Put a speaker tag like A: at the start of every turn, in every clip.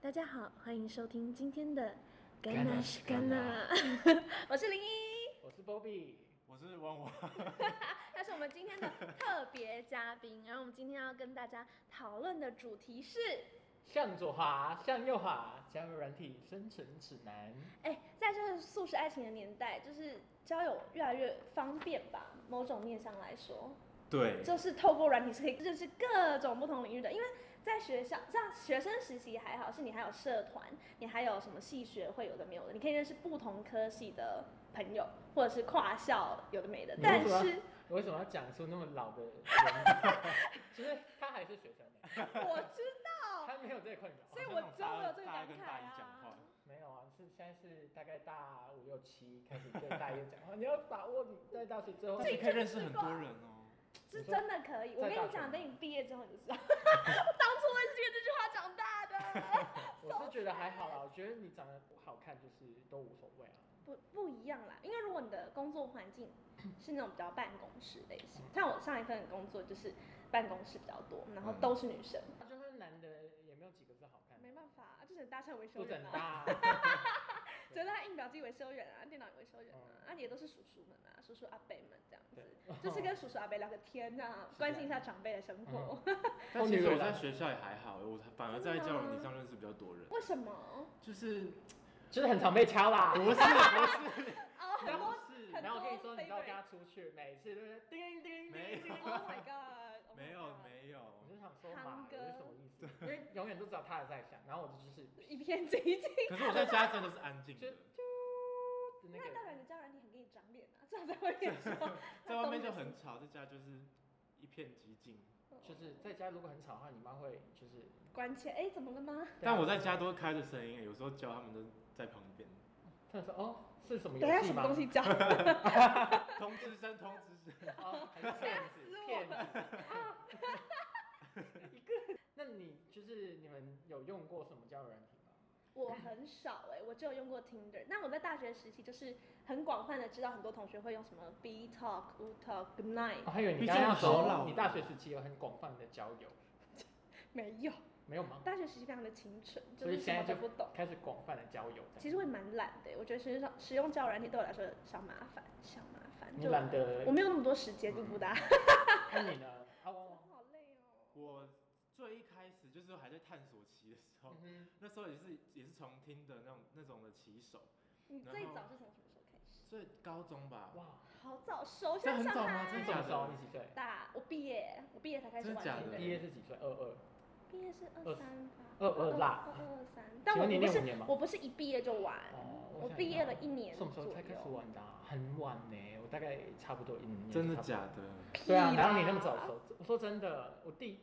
A: 大家好，欢迎收听今天的《干那是干那》，我是林一，
B: 我是 Bobby，
C: 我是汪汪。
A: 他是我们今天的特别嘉宾。然后我们今天要跟大家讨论的主题是，
B: 向左滑，向右滑，交友软体生存指南。
A: 哎，在这个速食爱情的年代，就是交友越来越方便吧？某种面上来说，
C: 对，
A: 就是透过软体是可以认识各种不同领域的，因为在学校，像学生时期还好，是你还有社团，你还有什么系学会有的没有的，你可以认识不同科系的朋友，或者是跨校有的没的。
B: 你为
A: 但
B: 什么
A: 是
B: 我为什么要讲出那么老的人？其实他还是学生的，
A: 我知道，
B: 他没有这个困扰。
A: 所以我就没有这个感
C: 跟
A: 慨
C: 大一讲
A: 啊
C: 话。
B: 没有啊，是现在是大概大五六七开始对大一讲话，你要把握你在大学之后
C: 但，是可以认识很多人哦。
A: 是真的可以。我
B: 在
A: 跟
B: 大
A: 你
B: 学
A: 讲，
B: 吗
A: 等你毕业之后你就知道， 我当初我也是因为这句话长大的，
B: 我是觉得还好啦，我觉得你长得不好看就是都无所谓啊。
A: 不不一样啦。因为如果你的工作环境是那种比较办公室类型，
B: 嗯
A: 像我上一份工作就是办公室比较多，然后都是女生，
B: 就算男的也没有几个是好看的，
A: 没办法、啊，就是搭讪维修
B: 肚子
A: 员
B: 很
A: 啊，
B: 大啊，
A: 觉得他硬表自己维修员啊，电脑也维修员啊，
B: 嗯
A: 啊也都是叔叔们啊，叔叔阿伯们这样子，
B: 对
A: 就是跟叔叔阿伯聊个天啊，
B: 是
A: 关心一下长辈的生活。
B: 嗯
C: 但其实我在学校也还好，我反而在交友软体上认识比较多人。
A: 为什么？
C: 就是
B: 就是很常被敲啦。
C: 不是不是
A: 哦，很多
C: 不
A: 很
C: 是，
B: 然后我跟你说，你知道
A: favorite
B: 我跟他出去，每次都是叮叮叮
C: 没
B: 叮叮。
C: 有
A: Oh my god！oh my
C: 没有
A: god
B: 我
C: 没有，
B: 就想说嘛
A: 堂，哥
B: 这是什么意思？因为永远都只有他在想，然后我就就是
A: 一片寂静。
C: 可是我在家真的是安静的，，
B: 就那
A: 那代表你
B: 个，
A: 的交友软体很给你长脸啊，这样在外面说
C: 在外面就很吵，在家就是一片寂静。
B: 就是在家如果很吵的话，你妈会就是。啊
A: 关切。哎，怎么 了吗？
C: 但我在家都会开着声音，有时候教他们都在旁 边，
B: 他说哦，是什么
A: 等
B: 游
A: 一下
B: 戏
A: 什么
B: 吗？
A: 东西 讲？
C: 通知声通知声。
B: 哦，还是骗子，骗子。一个， 那你就是你们有用过什么交友软体吗？
A: 我很少哎、我只有用过 Tinder。那我在大学时期就是很广泛的知道很多同学会用什么 B Talk、U Talk、Good
B: 我
A: Night，
B: 哦还以为你
C: 毕
B: 刚
C: 竟
B: 刚
C: 好
B: 说
C: 老
B: 你大学时期有很广泛的交友，
A: 没有。
B: 没有吗？
A: 大学时期非常的清纯，就
B: 所以
A: 是什
B: 现
A: 么
B: 在
A: 都
B: 就
A: 不懂。
B: 开始广泛的交友。
A: 其实我也蛮懒的、欸我觉得实际上使用交友软体对我来说小麻烦，小麻烦。
B: 你
A: 就
B: 懒得嗯
A: 我，没有那么多时间，顾不搭。
B: 那你呢？啊，汪汪。
A: 好累哦。
C: 我最一开始就是还在探索期的时候
B: 嗯，哼
C: 那时候也是也是从听的那种那种的骑手，
A: 你最早是从什么时候开始？
C: 所以高中吧，
B: 哇，
A: 好早熟，
C: 这
A: 像
C: 很
A: 上
C: 早
A: 海
C: 吗真
B: 这
C: 假
B: 么
C: 的
B: 早？你几岁？
A: 大，我毕业，我毕业才开始玩
C: 真假
A: 音
C: 的
A: 乐
B: 毕业是几岁？二二。
A: 毕业是二三吧，
B: 二二啦
A: 二二三。哦但我
B: 请问你
A: 不
B: 练
A: 是
B: 五年吗，
A: 我不是一毕业就玩，
B: 哦
A: 我毕业了一年
B: 什
A: 左
B: 么时候才开始
A: 右。
B: 玩的啊、很晚呢、我大概差不多一年。
C: 真的
B: 差不多？
C: 假的？
B: 对啊，
A: 屁
B: 哪
A: 啦
B: 有你那么早熟？我说真的，我第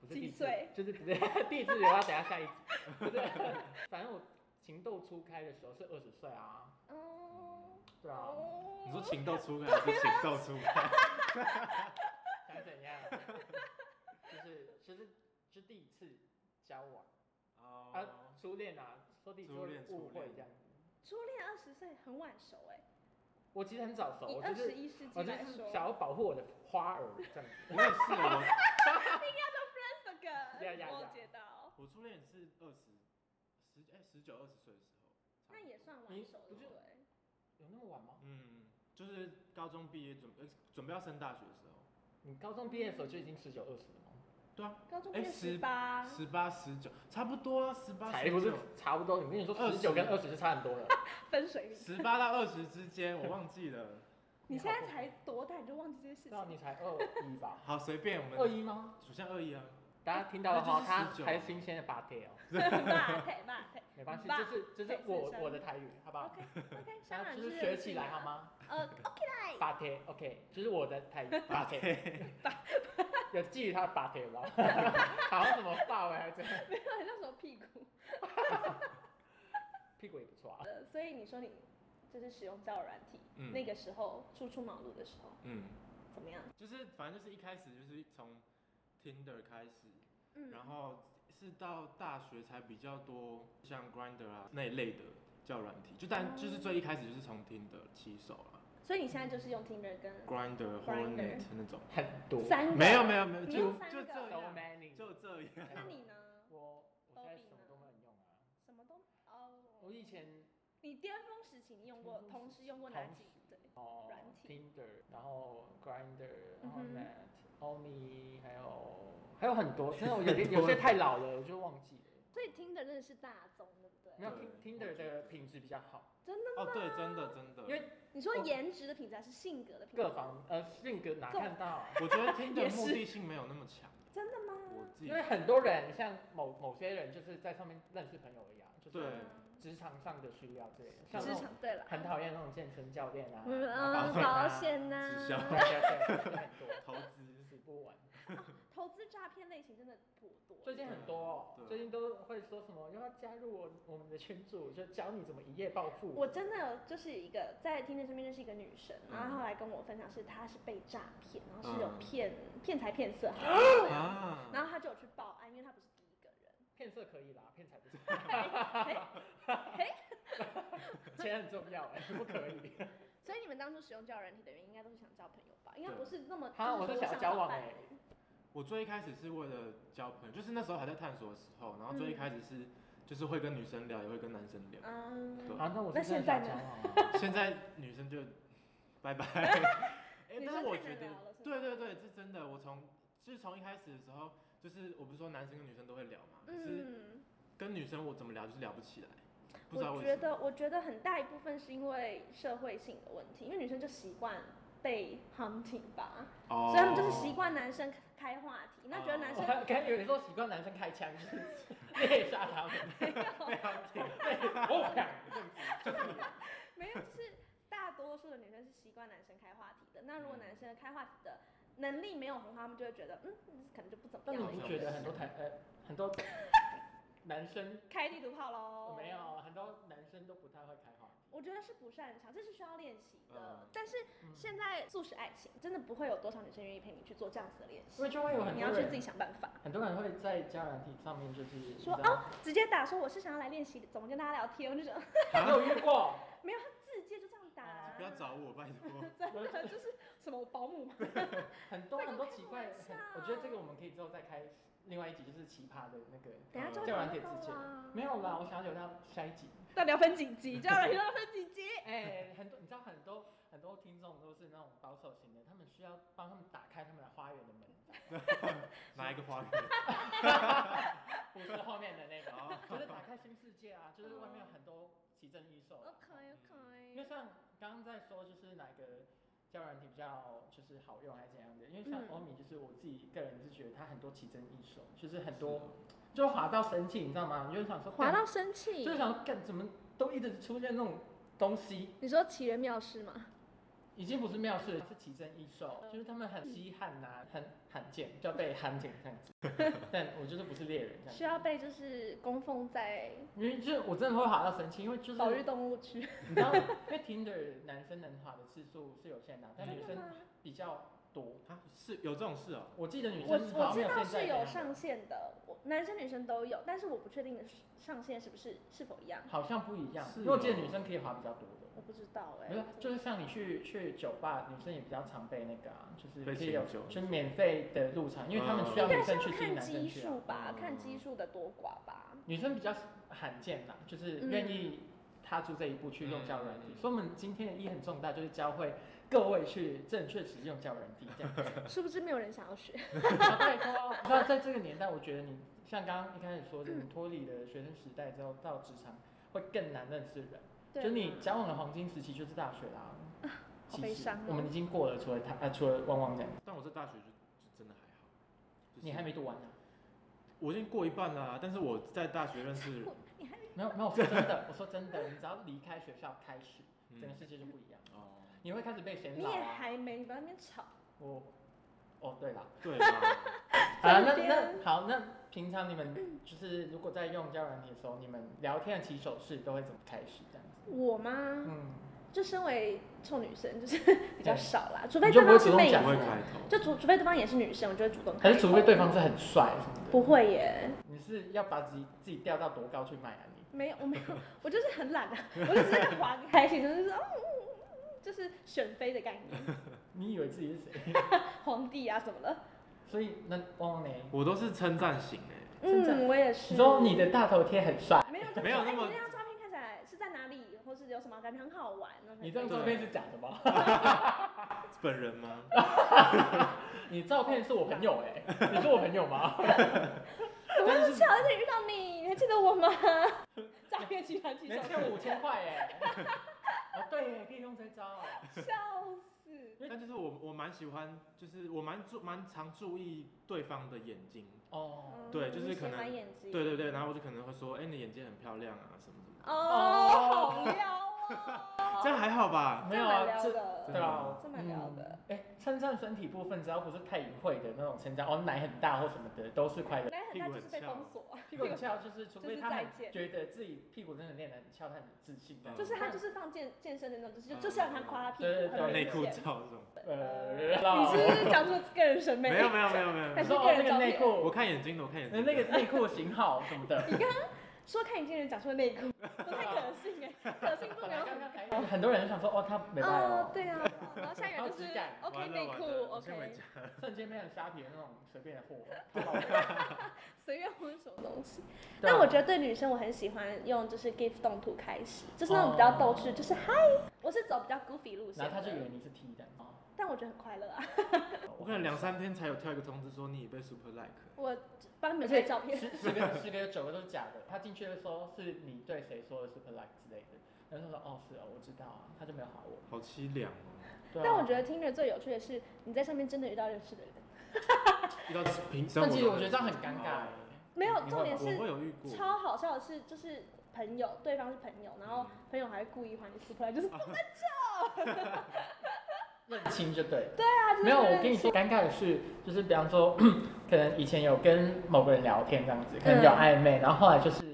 B: 不是
A: 几
B: 第一次
A: 岁
B: 就是 直接第一次留到等一下下一集。不是， 反正我情窦初开的时候是二十岁啊。
A: 哦，
B: 对啊，
A: 哦
C: 你说情窦初开还是情窦初开？
B: 想怎样？就是就是就第一次交往啊
C: 哦，，
B: 初恋啊，说第一次
C: 初恋
B: 误
C: 初恋
B: 会这样。
A: 初恋二十岁很晚熟哎，
B: 我其实很早熟，
A: 以
B: 我
A: 二
B: 就
A: 十
B: 是
A: 一世纪
B: 我就
A: 来
B: 是
A: 说，
B: 想要保护我的花儿这样 子。
C: 我也是，啊我
A: 这个
B: 呀呀
A: 我
B: 呀
A: 有接到，
C: 我初恋也是二十十哎十九二十岁的时候，差不多
A: 那也算晚
B: 你
A: 熟
B: 不
A: 对
B: 是
A: 不对？
B: 有那么晚吗？
C: 嗯，就是高中毕业准备呃准备要升大学的时候，
B: 你高中毕业的时候就已经十九二十了吗？
C: 对啊，
A: 高中毕业
C: 哎十
A: 十八，
C: 十八十九差不多啊，十八
B: 才
C: 十
B: 不是
C: 九。
B: 差不多，你跟你说
C: 20
B: 十九跟二十就差很多 了。
A: 分水岭。
C: 十八到二十之间，我忘记了。
A: 你现在才多大你就忘记这些事
B: 对啊，
A: 情？
B: 你才二一吧？
C: 好，随便我
B: 二
C: 们，
B: 一吗？
C: 属相二一啊。
B: 大家听到了哈，
C: 那
B: 他
C: 就是19
B: 还新鲜的八贴哦，
A: 骂配骂配
B: 没关系，
A: 爸
B: 这是这是
A: 配
B: 我
A: 自身
B: 我的台语，好不 好？
A: ，OK OK，
B: 大
A: 当
B: 家
A: 然
B: 啊就是
A: 是
B: 学
A: 人
B: 起
A: 性
B: 来好
A: 啊？
B: 吗？
A: 呃，OK 啦。
B: 八贴 OK，就是我的台语 八贴，有记于他的八贴吗？ 好像什么发尾还是怎样
A: 没有，很像什么屁股。
B: 屁股也不错啊。
A: 呃，所以你说你就是使用交友软体，
C: 嗯
A: 那个时候初出茅庐的时候
C: 嗯，
A: 怎么样？
C: 就是反正就是一开始就是从 Tinder 开始，
A: 嗯，
C: 然后是到大学才比较多
A: 哦
C: 像 Grinder 啊那一类的叫软体，就但就是最一开始就是从 Tinder 起手啊。
A: 所以你现在就是用 Tinder 跟
C: ，Grinder、
A: Grindr
C: Hornet 那种。
B: 很多。
A: 三个
C: 没有没有没有，
A: 你
C: 就
A: 用三
C: 就
A: 个
C: 这
B: so
C: 样，
B: many。
C: 就这样。
A: 那你呢？
B: 我我现在什么都没有用啊。
A: 什么都
B: 我
A: 哦，
B: 以前
A: 你巅峰时期你用过，
B: 巅峰时
A: 同时用过哪
B: 同
A: 几
B: 时
A: 对？
B: 哦
A: 软体
B: ，Tinder，然后 Grinder，然
A: 嗯
B: 后
A: 哼
B: Net、Omi，还有还有很多，真的我有
C: 很
B: 些
C: 多
B: 有些太老了，我就忘记了。
A: 所以 Tinder 真的是大宗，对不对？
B: 没有
C: 对
B: Tin-
C: 我
B: Tinder
C: 觉得
B: 的品质比较好，
A: 真的
C: 哦，对，真的真的。
B: 因为
A: 你说
B: 我
A: 颜值的评价还是性格的评价？
B: 各方呃性格哪
A: 纵
B: 看到 啊、
C: 我觉得听的
B: 也是
C: 目的性没有那么强，
A: 真的
C: 我
A: 吗？
C: 自己
B: 因为很多人像某某些人就是在上面认识朋友一样，就是
C: 对
B: 职场上的需要之类的，像
A: 职
B: 那种
A: 场对了，
B: 很讨厌那种健身教练啊，
A: 嗯，保险
C: 直
A: 呐、
C: 销
B: 对对对，很多
C: 投资
B: 死不完。
A: 投资诈骗类型真的颇多。
B: 最近很多、哦
C: 对，
B: 最近都会说什么要不要加入我我们的群组，就教你怎么一夜暴富。
A: 我真的有就是一个在听的身边认识一个女生，
C: 嗯
A: 然后她后来跟我分享是她是被诈骗，然后是有
C: 嗯
A: 骗骗财骗色，
C: 啊，
A: 然后她就有去报案，因为她不是第一个人。
B: 骗色可以啦，骗财不行，
A: 嘿
B: 钱很重要哎、不可以。
A: 所以你们当初使用交友软体的原因，应该都是想交朋友吧？应该
C: 对
A: 不是那么
B: 啊我
A: 就是
B: 是
A: 说
B: 想
A: 想
B: 交往
A: 伴
B: 欸
A: 侣
C: 我最一开始是为了交朋友，就是那时候还在探索的时候，然后最一
A: 嗯
C: 开始是就是会跟女生聊，也会跟男生聊。
A: 嗯，
C: 对
B: 啊，那我
A: 那
B: 是真的
A: 现在
B: 想
A: 呢
B: 交往啊。
C: 现在女生 就拜拜。哎
A: 女
C: 但
A: 生
C: 是我
A: 太
C: 觉
A: 难
C: 得
A: 聊了是，
C: 对
A: 吗
C: 对对，这真的，我从就是从一开始的时候，就是我不是说男生跟女生都会聊嘛，可是
A: 嗯，
C: 跟女生我怎么聊就是聊不起来，不知道
A: 我
C: 为
A: 觉
C: 什么。
A: 得我觉得很大一部分是因为社会性的问题，因为女生就习惯被 hunting 吧，
C: 哦
A: 所以他们就是习惯男生开话题，那觉得男
B: 我
A: 生
B: 还刚有人说习惯男生开枪，就是猎杀他们。 我想，
A: 没有，就是大多数的女生是习惯男生开话题的。那如果
C: 嗯
A: 男生开话题的能力没有很好，他们就会觉得，嗯，可能就不怎么
B: 但
A: 样
B: 你
A: 了。
B: 不觉得很多台呃很多男生
A: 开地图炮喽？
B: 哦没有，很多男生都不太会开话题。
A: 我觉得是不擅长，这是需要练习的。
C: 嗯
A: 但是现在素食爱情真的不会有多少女生愿意陪你去做这样子的练习
B: 因，为就会有很
A: 你
B: 多
A: 要去自
B: 人，
A: 己想办法。
B: 很多人会在交友软体上面就是你知
A: 说啊
B: 道吗
A: 直接打说我是想要来练习怎么跟大家聊天，我就觉得
B: 没有遇过，
A: 字界就这样打、
B: 啊
C: 不要找我，拜托。
A: 真的就是什么保姆吗？
B: 嗯很多
A: 这个
B: 很多
A: 开
B: 奇
A: 玩
B: 怪的，
A: 笑
B: 很我觉得这个我们可以之后再开另外一集，就是奇葩的那个。
A: 等一下就会
B: 教
A: 聊
B: 完帖
A: 到
B: 子见
A: 啦
B: 没有啦，我想要留到下一集。
A: 到啊底要分几集？教人要分几集？
B: 哎、很多你知道很多很多听众都是那种保守型的，他们需要帮他们打开他们的花园的门，
C: 哪一个花园？
B: 不是后面的那个，
C: 哦
B: 就是打开新世界啊，就是外面有很多奇珍异兽啊。
A: OK
B: 因为
A: OK，
B: 像刚刚在说，就是哪个教软体比较就是好用还是怎样的？因为像
A: 嗯
B: 欧米，就是我自己个人是觉得它很多奇珍异兽，就是 很多就滑到生气，你嗯知道吗？你就想说，
A: 滑
B: 干
A: 到生气
B: 就，想说干怎么都一直出现那种东西，
A: 你说奇人妙事吗？
B: 已经不是妙事，是奇珍异兽，就是他们很稀罕呐、很罕见，就要被罕见这样子。 但我就是不是啊猎人这
A: 需
B: 样
A: 要被就是供奉在
B: 子，因为就是我真的会滑到生气，因为就是
A: 保育动物区，
B: 你知道，因为 Tinder 男生能滑的次数是有限的，但女
A: 真的
B: 生
A: 吗？
B: 比较多。
C: 啊，是有这种事哦。
B: 我记得女
A: 我
B: 生
A: 我
B: 好像没
A: 知
B: 有
A: 道
B: 现在
A: 是
B: 这样
A: 有
B: 的
A: 上限的，我男生女生都有，但是我不确定上限是不是是否一样，
B: 好像不一样，
C: 是
B: 因为我记得
C: 哦
B: 女生可以滑比较多的。
A: 我不知道哎、
B: 没有，就是像你去去酒吧，女生也比较常被那个、啊，就是
C: 被
B: 可以
C: 请
B: 有
C: 酒
B: 就是免费的入场，因为他们需要
C: 嗯
B: 女
A: 但是
B: 生
A: 要
B: 去吸引
A: 看
B: 男
A: 基
B: 生去、啊。
A: 数吧，
C: 嗯
A: 看基数的多寡吧。
B: 女生比较罕见啦，就是愿意踏出这一步去用交友软体，
C: 嗯
B: 所以我们今天的意义很重大，就是教会各位去正确使用交友软体这样子。
A: 殊不知没有人想要学，
B: 啊拜托，你知道在这个年代，我觉得你像刚刚一开始说的，你脱离了学生时代之后到职场，会更难认识人。
A: 对啊
B: 就你
A: 吗
B: 交往的黄金时期就是大学啦。
A: 好
B: 其
A: 悲
B: 实
A: 伤哦
B: 我们已经过了，除了他，呃，除了汪汪这样，
C: 但我在大学就就真的还好。就是
B: 你还没？读完呢、
C: 我已经过一半啦、但是我在大学 认识，
A: 你还
B: 没有没有，我说真的，我说真的，你只要离开学校开始，整个
C: 嗯，
B: 世界就不一样。
C: 哦，
B: 你会开始被嫌
A: 你
B: 老
A: 也
B: 啊。
A: 还没，你不要在那边吵。
B: 我，哦，对啦，
C: 对吧？
B: 啊，那
A: 这边
B: 那好，那平常你们就是如果在用交友软体的时候，你们聊天的起手式都会怎么开始这样子？
A: 我吗？
B: 嗯，
A: 就身为臭女生，就是 比较少啦，除非
B: 你就不
A: 对
B: 会
A: 方是
B: 主动
A: 妹
B: 讲
C: 不
B: 话
C: 会
A: 子，
C: 开头。
A: 就除除非对方也是女生，我就会主动开口。
B: 还是除非对方是很帅什么的。
A: 不，会耶，
B: 你是要把自己自己吊到多高去卖啊你？
A: 没有，我没有，我就是很懒啊，我就只是滑开心，就是说嗯嗯嗯就是选妃的概念，
B: 你以为自己是谁？
A: 皇帝啊怎么了？
B: 所以那汪汪呢？
C: 我都是称赞型哎、
B: 真的
A: 嗯，我也是。
B: 你说你的大头贴很帅，
A: 没有就是
C: 没有那
A: 哎
C: 么
A: 你那张照片看起来是在哪里，或是有什么感觉很好玩？啊那种
B: 你这张
A: 感
B: 照
A: 觉
B: 片是假的吗？
C: 本人吗？
B: 你照片是我朋友 哎、你是我朋友吗？
A: 怎么那么巧，而且遇到你，你还记得我吗？诈骗集团去
B: 能
A: 找
B: 欠
A: 我，
B: 五千块哎、 哦对耶，可以用这招哎、
A: 笑死！
C: 但就是我我蛮喜欢，就是我蛮注蛮常注意对方的眼睛，
B: 哦。
C: 对就是
A: 嗯你
C: 可
A: 喜欢
C: 能
A: 演技，
C: 对对对，然后我就可能会说，哎、你的眼睛很漂亮啊什么什么的，
A: 哦，好撩哦，
C: 这样还好吧？
B: 没有啊
A: 这蛮撩
B: 这
A: 的
C: 真
B: 对
C: 的
B: 啊
C: 吗，
A: 这蛮撩的
B: 哎、称赞身体部分，只要不是太隐晦的那种称赞，哦，奶很大或什么的，都是快乐。
A: 男很大就是被封锁，
B: 屁股很翘，就是除非他
A: 就是
B: 很
A: 再见
B: 觉得自己屁股真的练得很翘，他很自信
C: 嗯
B: 的。
A: 就是他就是放健健身的那种，就是就像他夸他屁
B: 对对
A: 股
B: 对
A: 很
C: 内
A: 明
C: 裤
A: 显。
C: 照这种，
A: 啊
B: 呃，
A: 你是不是讲出个人审美？
C: 没有没有没有没
A: 但
B: 你
A: 是
C: 有，
B: 说哦那个内
C: 我
B: 裤，
C: 看眼睛的，我看眼
B: 那
C: 睛的，
B: 哎那个内裤型号什么的，
A: 说看你今人讲出内裤，不太可信 哎，可信度
B: 本
A: 没
B: 来
A: 有
B: 刚
A: 很
B: 刚还有很多人想说哦，他没办
A: 哦
B: 哦，，
A: 对啊，然后下一个人就是
B: 超级感
A: OK
C: 完了
A: 内
C: 完
A: 裤
C: 了我先回
A: ，OK
C: 家。
B: 瞬间变成虾皮的那种随便的货。
A: 随便或是什么东西。
B: 对啊
A: 但我觉得对女生，我很喜欢用就是 GIF 动图开始，就是那种比较逗
C: 哦
A: 趣，就是嗨，我是走比较 goofy 路线
B: 啊然
A: 的
B: 后他就以为你是 T 的。哦
A: 但我觉得很快乐啊。
C: 我可能两三天才有跳一个通知说你已被 super like，
A: 我帮你
B: 而
A: 们
B: 且
A: 拍照 片，
B: 十十个十个有九个都是假的。他进去的时候是你对谁说的 super like 之类的，然后他说哦是哦我知道啊，他就没有好我。
C: 好凄凉哦，
B: 对啊
A: 但我觉得听着最有趣的是，你在上面真的遇到认识的人。
C: 遇到平生活
B: 但
C: 中
B: 其实我觉得这样很尴尬
C: 哦
B: 哎。
A: 没有，
B: 你会
A: 重点
C: 我
A: 是
C: 会有遇过，
A: 超好笑的是，就是朋友，对方是朋友，然后朋友还会故意还你 super like，就是对
B: 认清就对了。
A: 啊，就是
B: 没有，我
A: 认
B: 跟你
A: 识
B: 说，尴尬的是，就是比方说， 可能以前有跟某个人聊天这样子，可能有
A: 嗯
B: 暧昧，然后后来就是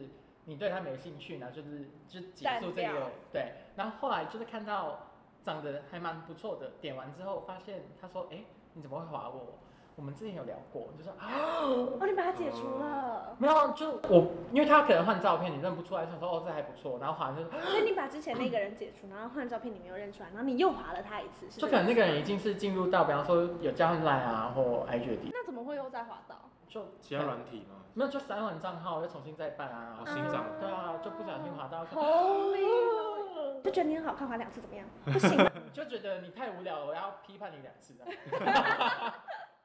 B: 你对他没兴趣，然后就是就结束这
A: 淡
B: 个
A: 掉，
B: 对，然后后来就是看到长得还蛮不错的，点完之后发现他说，哎、你怎么会划我？我们之前有聊过，就说啊，
A: 哦，你把它解除了，
B: 没有，啊就我，因为他可能换照片，你认不出来，想说哦这还不错，然后划完就啊
A: 所以你把之前那个人解除，然后换照片你没有认出来，然后你又划了他一次，是
B: 就
A: 这
B: 可能那
A: 意思
B: 个
A: 吗
B: 人已经是进入到比方说有交换 line 啊或 IG 的地，
A: 那怎么会又再滑到？
B: 就
C: 其他软体吗？
B: 没有就删完账号又重新再办啊，
C: 哦心脏
B: 对啊，就不小心滑到，
A: 嗯 Holy，就觉得你很好看，滑两次怎么样？不行，啊
B: 就觉得你太无聊了，我要批判你两次 啊。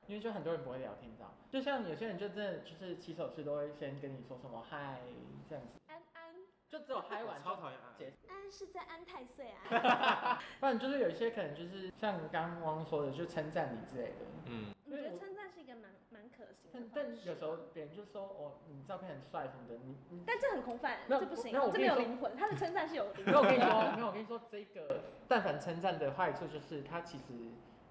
B: 因为就很多人不会聊天，你知道吗？就像有些人就真的就是起手式都会先跟你说什么嗨这样子，
A: 安安
B: 就只有嗨
C: 我
B: 完就
C: 超讨厌按
B: 结
A: 安是在安太岁啊。
B: 不然就是有一些可能就是像刚刚汪说的，就称赞你之类的。
C: 嗯，
A: 我觉得称赞是一个蛮蛮可行的
B: 但
A: 方
B: 但
A: 式
B: 有时候别人就说哦，你照片很帅什么的，你 你。
A: 但这很空泛，
B: 那
A: 这不行，
B: 那我
A: 这
B: 跟你
A: 没有
B: 说
A: 灵魂，他的称赞是有灵
B: 没有，
A: 魂
B: 我跟你说，没有，我跟你说，这个但凡称赞的坏处就是它其实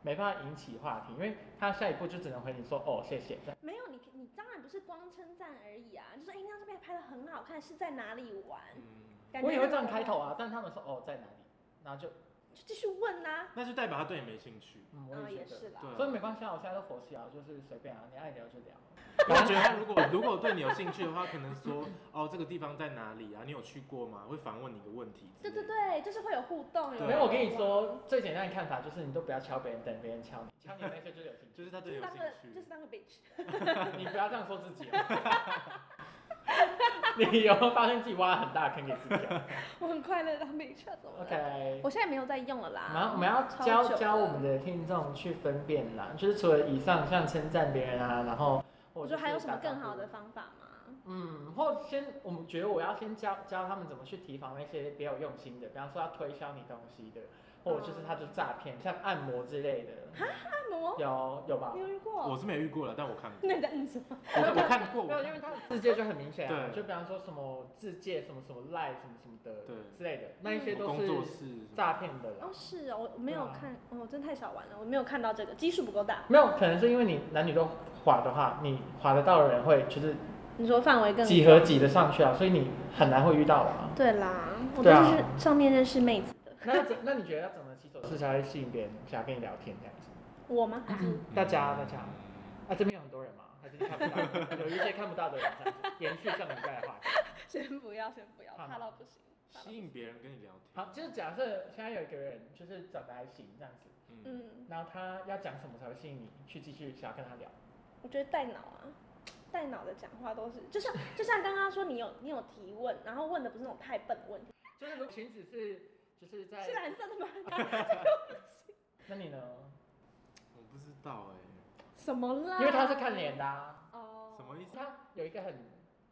B: 没办法引起话题，因为他下一步就只能回你说哦谢谢。这样
A: 没有你，你当然不是光称赞而已啊，就说哎，那张照片拍的很好看，是在哪里玩？
C: 嗯
A: 感觉
B: 我也会这样
A: 就
B: 开头啊，但他们说哦在哪里，然后就
A: 就继续问呐。
C: 那就代表他对你没兴趣。
B: 嗯我
A: 嗯，
B: 也
A: 也
B: 觉得。
A: 是啦。
C: 对啊，
B: 所以没关系啊，我现在都佛系啊，就是随便啊，你爱聊就聊。
C: 我觉
A: 啊
C: 得他如果如果对你有兴趣的话，可能说哦这个地方在哪里啊？你有去过吗？会反问你一个问题。
A: 对对。对，就是会有互动，有
C: 对
B: 没有，我跟你，说，最简单的看法就是你都不要敲别人，等别人敲你，敲你那些就有兴趣。
C: 就是他
A: 就
C: 对
A: 是
C: 你有
A: 当
C: 兴
A: 个就。
C: 趣
A: 是当个 bitch，
B: 你不要这样说自己、哦。你有没有发现自己挖了很大的坑给自己啊
A: 我很快乐当 bitch，啊怎么了
B: ？OK。
A: 我现在没有在用了啦。
B: 然后我们要
A: 超
B: 教
A: 久
B: 教我
A: 了
B: 们的听众去分辨啦，就是除了以上像称赞别人啊，然后
A: 我
B: 或
A: 觉
B: 者
A: 得还有
B: 是
A: 什么
B: 打招
A: 更好
B: 呼
A: 的？方法吗？
B: 嗯，或先我们觉得我要先教教他们怎么去提防那些别有用心的，比方说要推销你东西的，或者就是他就诈骗，像按摩之类的，
A: 按摩，
B: 有有吧
A: 你？有遇
C: 我
A: 过？
C: 是没遇过了，但我看过，
A: 哦那你在嗯什么？
C: 我我看过，
B: 没有，因为他的字界就很明显啊，
C: 对
B: 就比方说什么字界什么什么赖什么什么的，
C: 对
B: 之类的，那一些
C: 我
B: 都
C: 工作
B: 是
C: 室
B: 诈骗的啦
A: 哦，。是哦，我我没
B: 对
A: 有
B: 啊
A: 看，哦，真太少玩了，我没有看到这个，基数不够大。
B: 没有，可能是因为你男女都滑的话，你滑得到的人会就是
A: 你说范围更
B: 几何挤得上去啊，所以你很难会遇到啊。
A: 对啦，我
B: 对
A: 都
B: 啊
A: 是上面认识妹子的。
B: 那要怎那你觉得要怎么起手式才会吸引别人想要跟你聊天这样子？
A: 我吗？还 是
C: 嗯
B: 大家大
A: 嗯
B: 家啊，这边有很多人嘛，还是你看不到？有一些看不到的人这样子，延续上礼拜的话题，
A: 先不要，先不要，怕到不行。
C: 吸引别人跟你聊天。
A: 啊
B: 好，就是假设现在有一个人就是长得还行这样子，
C: 嗯，
A: 嗯，
B: 然后他要讲什么才会吸引你去继续想要跟他聊？
A: 我觉得带脑啊，带脑的讲话都是，就像就像刚刚说，你有你有提问，然后问的不是那种太笨的问题，
B: 就是如果裙子是就是在
A: 是蓝色的吗？
B: 那你呢？
C: 我不知道哎，
A: 什么啦？
B: 因为他是看脸的、啊，
A: 哦，
C: 什么意思？
B: 他有一个很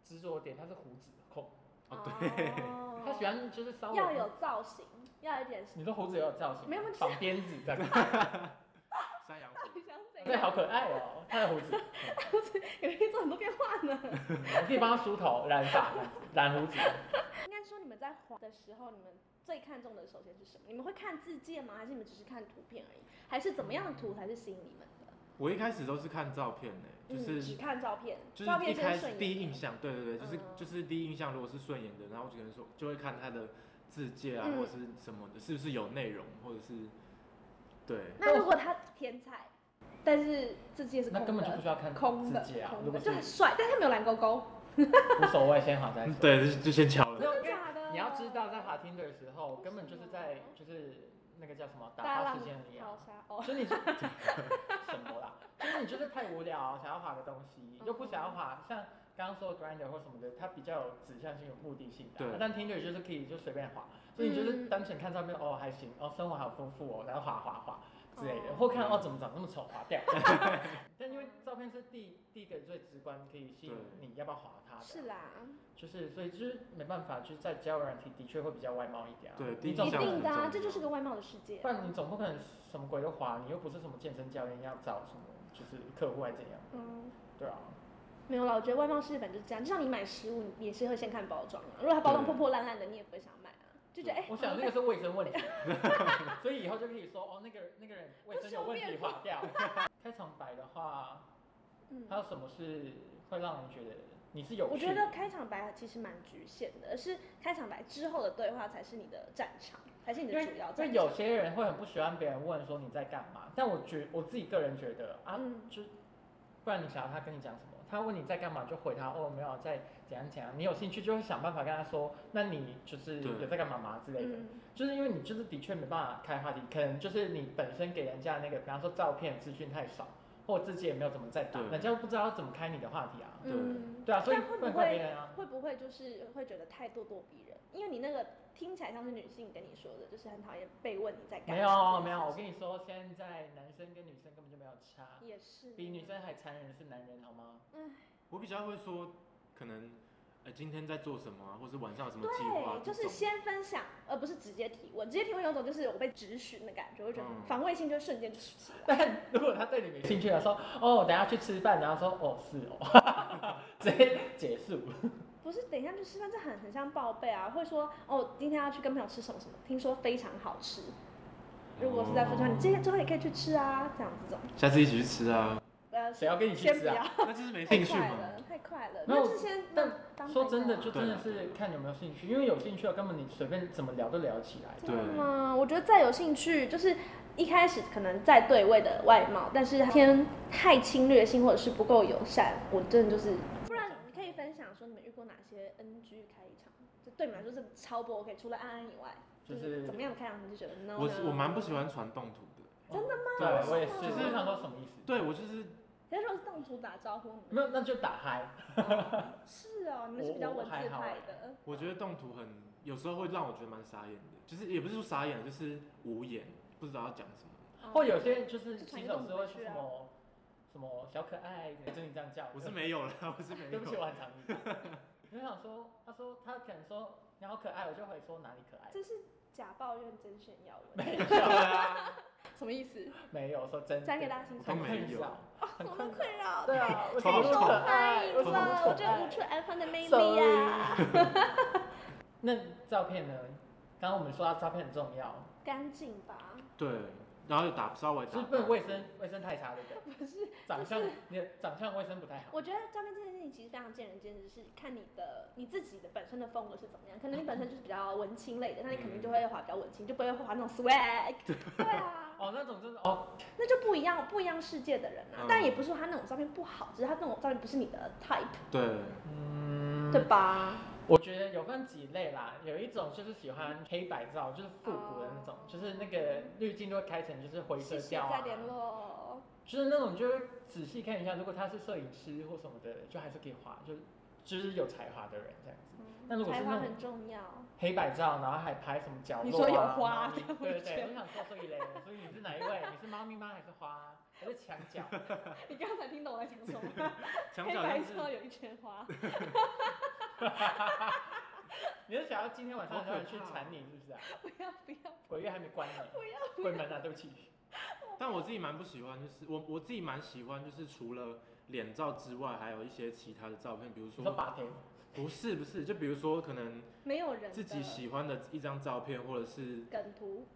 B: 执着的点，他是胡子控，
C: 哦，对，
A: 哦
B: 他喜欢就是稍微
A: 要有造型，要有一点，
B: 你说胡子也有造型吗，
A: 没有就是
B: 绑辫子这样子，
C: 山羊
A: 到
C: 胡
A: 底想怎
B: 对，
A: 样？
B: 好可爱哦，他的胡子，
A: 有人做很多变化呢。
B: 我可以帮他梳头、染发、染胡子。
A: 应该说你们在滑的时候，你们最看重的首先是什么？你们会看字界吗？还是你们只是看图片而已？还是怎么样的图才是吸引你们的？
C: 我一开始都是看照片哎，就
A: 嗯、只
C: 是
A: 看照片，照
C: 就是一
A: 片
C: 开
A: 先
C: 始
A: 顺眼。
C: 第一印象，对对对，就是
A: 嗯
C: 就是第一印象，如果是顺眼的，然后我就可能说就会看他的字界啊，
A: 嗯
C: 或者是什么的，是不是有内容，或者是对。
A: 那如果他天才，但是字界是
B: 那
A: 空
B: 根本就不
A: 的，
B: 需要看
A: 空的，
B: 自己啊，如
A: 空
B: 果
A: 的，
B: 是
A: 就很帅，但他没有蓝勾勾，
B: 无所谓，先好再说。
C: 对，就就先敲
B: 没
C: 了。
B: 有
A: 真
B: 因
A: 的
B: 为
A: 假的？
B: 你要知道，在滑听的时候，根本就是在就是那个叫什么打发时间而已啊
A: 淘。沙哦，
B: 所以你 就什么啦？就是你就是太无聊，想要滑个东
A: 嗯
B: 西，又不想要滑，像刚刚说的 grinder 或什么的，它比较有指向性、有目的性的啊。
C: 对
B: 但 Tinder 就是可以就随便滑，所以你就是
A: 嗯
B: 单纯看照片，哦还行，哦生活好丰富哦，然后滑滑滑之类的，
A: 哦
B: 或看哦怎么长那么丑，滑掉。 但因为照片是第第一个最直观可以吸引你要不要滑它的啊，
A: 是啦，
B: 就是所以就是没办法，就是在交友软体的确会比较外貌一点啊。
C: 对第
B: 你
C: 一
B: 总
A: 一
C: 印象
A: 定的
C: 很重
A: 啊
C: 要，
A: 这就是个外貌的世界
B: 不。然你总不可能什么鬼都滑，你又不是什么健身教练，要找什么就是客户还怎样？
A: 嗯，
B: 对啊，
A: 没有啦，我觉得外貌世界本就是这样，就像你买食物，你也是会先看包装啊，如果它包装
C: 对
A: 破破烂烂的，你也不会想买啊，就觉得哎，
B: 我想
A: 好
B: 那个是卫生问题，哦 所以以后就可以说哦，那个那个人卫生有问题，划掉。开场白的话，
A: 嗯
B: 还有什么是会让人觉得你是有趣？
A: 我觉得开场白其实蛮局限的，而是开场白之后的对话才是你的战场，才是你
B: 因
A: 的
B: 为
A: 主要
B: 因为
A: 战场。
B: 有些人会很不喜欢别人问说你在干嘛，但我觉我自己个人觉得啊，
A: 嗯
B: 就不然你想要他跟你讲什么？他问你在干嘛，就回他哦没有在怎样怎样。你有兴趣就会想办法跟他说，那你就是
C: 对
B: 有在干嘛吗之类的。
A: 嗯，
B: 就是因为你就是的确没办法开话题，可能就是你本身给人家那个，比方说照片资讯太少，或者自己也没有怎么在打，
C: 对
B: 人家不知道怎么开你的话题啊。
C: 对
A: 嗯，
B: 对啊，所以
A: 但会不
B: 能怪
A: 会
B: 别人啊。
A: 会不会就是会觉得太咄咄逼人？因为你那个听起来像是女性跟你说的，就是很讨厌被问你在干
B: 没
A: 嘛
B: 有
A: 这件事情。
B: 没有，我跟你说，现在男生跟女生根本就没有差，
A: 也是
B: 比女生还残忍的是男人好吗？
C: 我比较会说，可能呃今天在做什么啊，或是晚上有什么计划
A: 对，
C: 这
A: 就
C: 种，
A: 是先分享，而不是直接提问。直接提问有种就是我被质询的感觉，我觉得
C: 嗯
A: 防卫心就瞬间就起来。
B: 但如果他对你没兴趣了，说哦，等下去吃饭，然后说哦是哦， 直接结束。
A: 不是，等一下去吃饭，这很很像报备啊，会说哦，今天要去跟朋友吃什么什么，听说非常好吃。如果是在福州，
C: 哦
A: 你今天之后也可以去吃啊，这样子这种。
C: 下次一起去吃 啊，
A: 呃，
B: 谁要跟你去
A: 先不
B: 吃啊
A: 要，
C: 那就是没
A: 太
C: 兴趣
A: 快
C: 嘛。
A: 了，太快了。
B: 没有
A: 那之前
B: 但
A: 当
B: 说
A: 朋
B: 真的，
A: 友啊
B: 就真的是看有没有兴趣，因为有兴趣了，根本你随便怎么聊都聊起来。
A: 真的
C: 对
A: 吗？我觉得再有兴趣，就是一开始可能在对位的外貌，但是偏太侵略性或者是不够友善，我真的就是。不然你可以分享说你们遇过哪些 NG 开场，就对你们来说是超不 OK，除了安安以外，
B: 就是
A: 怎么样的开场你就觉得 no
C: 我
A: 呢
C: 是我蛮不喜欢传动图的，
B: 真的吗？
C: 对
B: 对，我也
A: 是
B: 是。
A: 吗
B: 就是我想说什么意思？
A: 啊
C: 对我就是
A: 人家说是动图打招呼，你
B: 没
A: 们
B: 有，那就打嗨。
A: 是哦，你们是比较文字派
B: 欸
A: 的。哦
C: 我觉得动图很有时候会让我觉得蛮傻眼的，就是也不是说傻眼，就是无言，不知道要讲什么。
B: 或有些就是
A: 就传
B: 骑
A: 一
B: 手
A: 动
B: 是会
A: 回去
B: 说什
A: 啊
B: 么什么小可爱，就你这样叫。
C: 我是没有啦， 我是没有。
B: 对不起，我很常遇 到。我就想说，他说他可能说你好可爱，我就会说哪里可爱。
A: 这是假抱怨真炫耀文，
B: 没
C: 对
B: 有，
C: 啊，
A: 什么意思？
B: 没有说真的。
A: 讲给大家听
C: 都
A: 听。
B: 很
C: 没
B: 困
C: 有
B: 扰，
A: 什
B: 很
A: 么
B: 困扰。
A: 困扰？
B: 对 啊，我
C: 超
B: 觉得
C: 受
B: 可
A: 欢
B: 爱，
A: 迎
B: 我觉得
A: 了，
B: 可
A: 我觉得
B: 爱
A: 无处安放的魅力啊
B: Sorry
A: 呀、
B: 那照片呢？刚刚我们说到照片很重要，
A: 干净吧？
C: 对，然后又打稍微
B: 就
C: 打
B: 是不能卫生卫生太差，对不对？
A: 不是，
B: 长相你的长相卫生不 太好。
A: 我觉得照片这件事情其实非常见仁见智，是看你的你自己的本身的风格是怎么样。可能你本身就是比较文青类的，那你肯定就会画比较文青，就不会画那种 swag。对啊，
B: 哦，那种真的哦，
A: 那就不一样，不一样世界的人啊。
C: 嗯
A: 但也不是说他那种照片不好，只是他那种照片不是你的 type，
C: 对，
B: 嗯
A: 对吧？
B: 我觉得有分几类啦，有一种就是喜
A: 嗯
B: 欢黑白照，就是复古的那种，就是那个滤镜都会开成就是灰色
A: 谢谢
B: 调啊
A: 哦再，联络。
B: 就是那种就是仔细看一下，如果他是摄影师或什么的，就还是可以画，就是就是有才华的人这样子。那如果是
A: 才
B: 那
A: 华
B: 种
A: 很重要，
B: 黑白照，然后还拍什么角落、啊？
A: 你说有花
B: 然后你
A: 这样
B: 对对
A: 我觉
B: 对，
A: 得
B: 我想说这一类，所以你是哪一位？你是猫咪吗？还是花？还是墙 角？
A: 你刚才听懂我在讲什么吗？
C: 墙
A: 黑
C: 角
A: 白
C: 像是
A: 照有一圈 花，
B: 你是想要今天晚上
C: 好可
B: 有人去
C: 怕哦
B: 缠你是不是啊？
A: 不要不要
B: 鬼月还没关呢，
A: 不要！
B: 鬼门啊，对不起。
C: 但我自己蛮不喜欢，就是我我自己蛮喜欢，就是除了脸照之外，还有一些其他的照片，比如
B: 你说
C: 说
B: 把天，
C: 不是不是，就比如说可能
A: 没有人的
C: 自己喜欢的一张照片，或者是
B: 嗯
A: 梗图，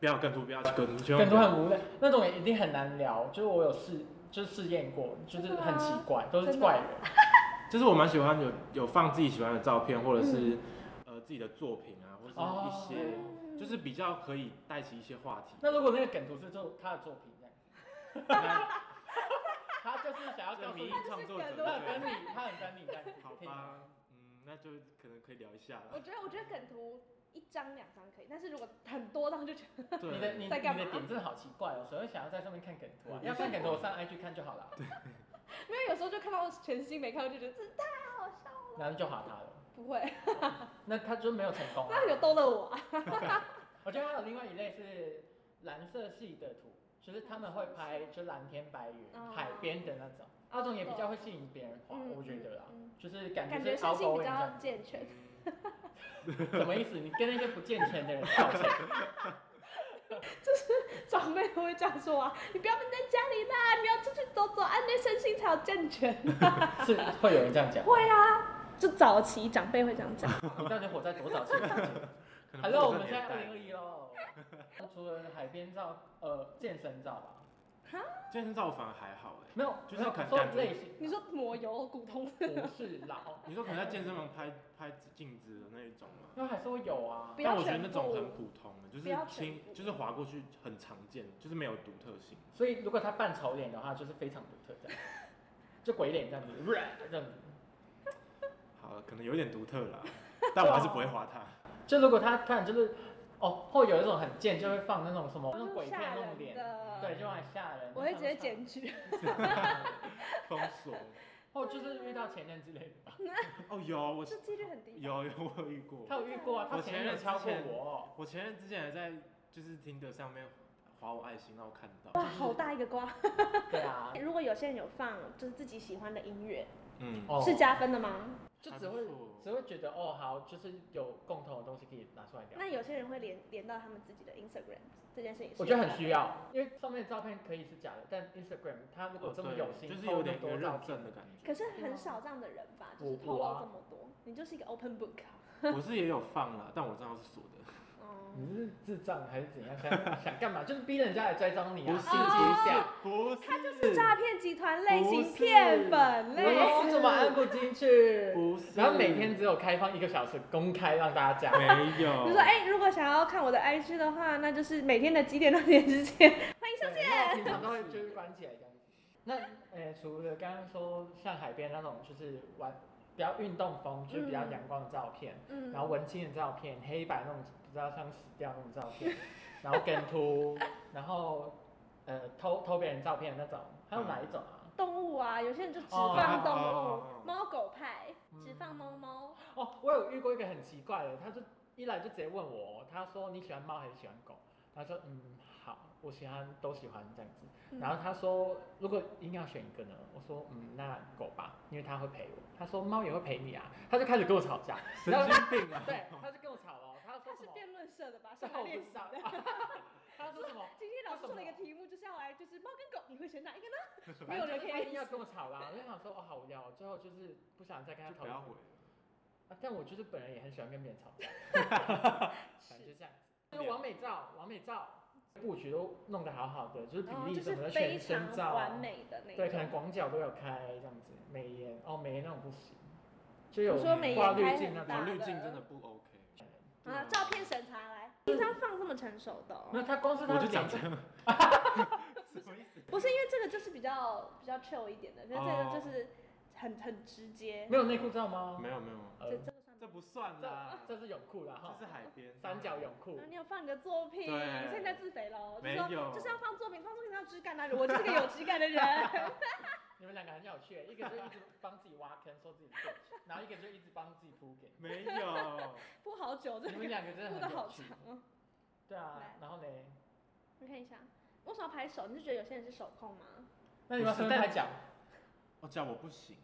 C: 不要跟图，不要跟图，千
B: 很
C: 万不
B: 多
C: 要。
B: 很无聊，那种也一定很难聊。就是我有试，就是试验过，就是
A: 真的
B: 很
A: 吗
B: 奇怪，都是
A: 啊真的
B: 怪人。
C: 就是我蛮喜欢有有放自己喜欢的照片，或者是、呃自己的作品啊，或者是一些、
B: 嗯哦
A: 嗯
C: 就是比较可以带起一些话 题。
B: 那如果那个梗图是做他的作品这样，
C: 那
B: 他哦就是想要
C: 这
B: 告
C: 个
B: 诉
C: 名
B: 你
C: 义，创作者
A: 这
B: 他很
C: 对
B: 跟你，他很跟你这样子，
C: 好
B: 可以吗
C: 吧，嗯，那就可能可以聊一下
A: 嗯我
C: 了。
A: 觉得我觉得梗图一张两张可以，但是如果很多张就觉得
C: 对，
B: 你的你你
A: 在
B: 的
A: 干嘛
B: 点真的好奇怪哦，谁会想要在上面看梗图啊？
C: 对
B: 要看梗图，我上 IG 看就好了，
A: 没有，有时候就看到全新没看到就觉得这太好笑了，
B: 然后就划他了。
A: 不会，
B: 那他就没有成功啊
A: 那。有逗乐我啊，
B: 我觉得还有另外一类是蓝色系的图，就是他们会拍就蓝天白云、
A: 哦
B: 海边的那种，那种也比较会吸引别人滑，
A: 嗯
B: 我觉得啦，
A: 嗯
B: 就是感
A: 感
B: 觉
A: 觉
B: 是凹
A: 身
B: 沟
A: 心比
B: 位这
A: 较
B: 样，
A: 健全，
C: 嗯
B: 什么意思？你跟那些不健全的人道歉？
A: 长辈都会这样说啊，你不要闷在家里啦，你要出去走走，安内身心才有健全。
B: 是会有人这样讲？
A: 会啊，就早期长辈会这样 讲。
B: 你到底活在多少岁的世 界？
C: 可能不
B: Hello，
C: 是
B: 我
C: 这
B: 们现在
C: 年
B: 二
C: 代
B: 零二一喽。那除了海边照，呃，健身照吧，
C: 健身照反而还好哎、
B: 没有，
C: 就是
B: 没有
C: 感
B: 说
C: 感觉
B: 类型，啊
A: 你说抹油古铜，
B: 不是啦，哦
C: 你说可能在健身房拍拍镜子的那一种吗？
B: 因为还是会有啊
A: 不。要
C: 但我觉得
A: 全
C: 那种
A: 部
C: 很普通的，就
A: 不要
C: 是
A: 全
C: 轻
A: 部，
C: 就是划过去很常见，就是没有独特性。
B: 所以如果他扮丑脸的话，就是非常独特这样， 就鬼脸这样子， 这样子。
C: 好了，可能有点独特 啦，但我还是不会划它。
B: 就如果他看就是，哦，会有一种很贱，就会放那种什么那种鬼片
A: 哦吓
B: 那种
A: 人
B: 脸，
A: 的。
B: 对，就很吓人。
A: 我会直接。检举。
C: 封锁
B: 哦，就是遇到前任之类的吧。
C: 哦，有 我
A: 这几率很低。
C: 有有我有遇过，
B: 他有遇过啊，他
C: 我
B: 前
C: 前
B: 任
C: 任
B: 超
C: 之
B: 过
C: 前
B: 我哦。
C: 我前任之前还在就是听的上面划我爱心，让我看
A: 哇，
C: 到，
A: 好大一个瓜！
B: 对啊，
A: 如果有些人有放就是自己喜欢的音乐，
C: 嗯，
B: 哦，
A: 是加分的吗？
B: 就
C: 还
B: 只
C: 不
B: 会
C: 错
B: 只会觉得哦，好，就是有共同的东西可以拿出来聊。
A: 那有些人会连连到他们自己的 Instagram 这件事情，
B: 我觉得很需。要，因为上面的照片可以是假的，但 Instagram 它如果
C: 哦
B: 这么
C: 对
B: 有心，
C: 就是
B: 偷
C: 有
B: 那
C: 点
B: 么
C: 有
B: 多照
C: 认
B: 片，
C: 证的感
A: 可
C: 觉。
A: 是很少这样的人吧，就
B: 我
A: 是透
B: 我
A: 露
B: 啊
A: 这么多，你就是一个 open book 啊。
C: 我是也有放了，但我账号是锁 的，
A: 嗯，
B: 你是智障还是怎样？想 想干嘛？就是逼人家来追踪你啊！
C: 不是
B: 心机婊
C: 不是，他
A: 是诈骗集团类
C: 不
A: 型
C: 是
A: 骗粉
B: 嗯我
A: 类
B: 要
A: 型。
B: 怎么按不进去？
C: 不 是，
B: 然后每天只有开放一个小时，公开让大家加。
C: 没有，
A: 就说哎、如果想要看我的 IG 的话，那就是每天的几点到几点之间，欢迎收
B: 对
A: 线。
B: 然后平常都会就是关起来这样子。那呃，除了刚刚说像海边那种，就是玩比较运动风，就是比较阳光的照片，
A: 嗯
B: 然后文青的照片，黑白那种不知道像死掉那种照片，然后梗图，然后呃偷偷别人照片的那种，还有哪一种啊？
A: 动物啊，有些人就只
B: 哦
A: 放动
C: 哦哦哦
A: 物，猫、狗派，只放猫猫。
B: 哦，我有遇过一个很奇怪的，他就一来就直接问我，他说你喜欢猫还是喜欢狗？他说嗯好，我喜欢都喜欢这样子。
A: 嗯
B: 然后他说如果硬要选一个呢，我说嗯那狗吧，因为它会陪我。他说猫也会陪你啊，他就开始跟我吵架，
C: 神经病啊，
B: 对，他就跟我吵了，他说
A: 他
B: 什
A: 是
B: 么？
A: 辩论社的 吧？
B: 这
A: 上
B: 个哦我不
A: 来练
B: 知
A: 习
B: 道啊
A: 的。。
B: 他说什么？
A: 今天老师出了一个题目，就是要来就是猫跟狗，你会选哪 一个呢？
B: 反
A: 没有
B: 正
A: 人
B: 就是
A: 可以
B: 他一定
A: 理
B: 要
A: 解
B: 跟我吵啦，我就想说哦好无聊哦，最后就是不想再跟他
C: 就
B: 讨
C: 不
B: 论
C: 要。回。
B: 啊但我就是本人也很喜欢跟别人吵架。感觉
A: 是，
B: 这样子。就是完美照，完美照布局都弄得好好的，就是比
A: 哦，
B: 例
A: 就
B: 什
A: 是
B: 么的，
A: 非
B: 全身照
A: 常
B: 啊
A: 完，美的那
B: 对，可能
A: 种。
B: 广角都有开这样子，美颜哦，美颜那种不行，就
A: 你
B: 有
A: 说美
B: 挂
A: 颜
B: 滤
A: 开
B: 镜那
A: 很
B: 种
C: 我
A: 大
C: 哦滤镜真的不 OK。对
A: 啊，照片审查来，
B: 嗯
A: 平常放这么成熟的、
B: 没
A: 哦，
B: 有，他光是他
C: 我
B: 的
C: 就
B: 脸
C: 长
B: 就
C: 这样， 什么意思？
A: 不是因为这个就是比较比较 chill 一点的，可是这个
C: 哦
A: 就是很很直接。
B: 没有内裤照吗？
C: 没有没有，
B: 呃
A: 这这个算
C: 这这不算啦，
B: 这是泳裤啦
C: 这
B: 哈，
C: 是海边
B: 三角泳裤
A: 啊，，你有放你的作品，
C: 对
A: 你现在自肥喽？就
C: 没
A: 说
C: 有
A: 就是要放作品，放作品要有质感啊！我就是个有质 感的人。
B: 你们两个很有趣，欸一个就一直帮自己挖坑，说自己对， 然后一个就一直帮自己铺梗，
C: 没 有，
A: 铺好久，这
B: 你们
A: 个
B: 两个真的
A: 铺
B: 很
A: 的
B: 有
A: 好
B: 趣
A: 长。哦。
B: 对啊
A: 来，
B: 然后嘞，
A: 你看一下，为什么要拍手？你是觉得有些人是手控吗？
B: 那你们
C: 不
B: 是
C: 是
B: 不是
C: 但
B: 拍脚？
C: 我哦脚我不行。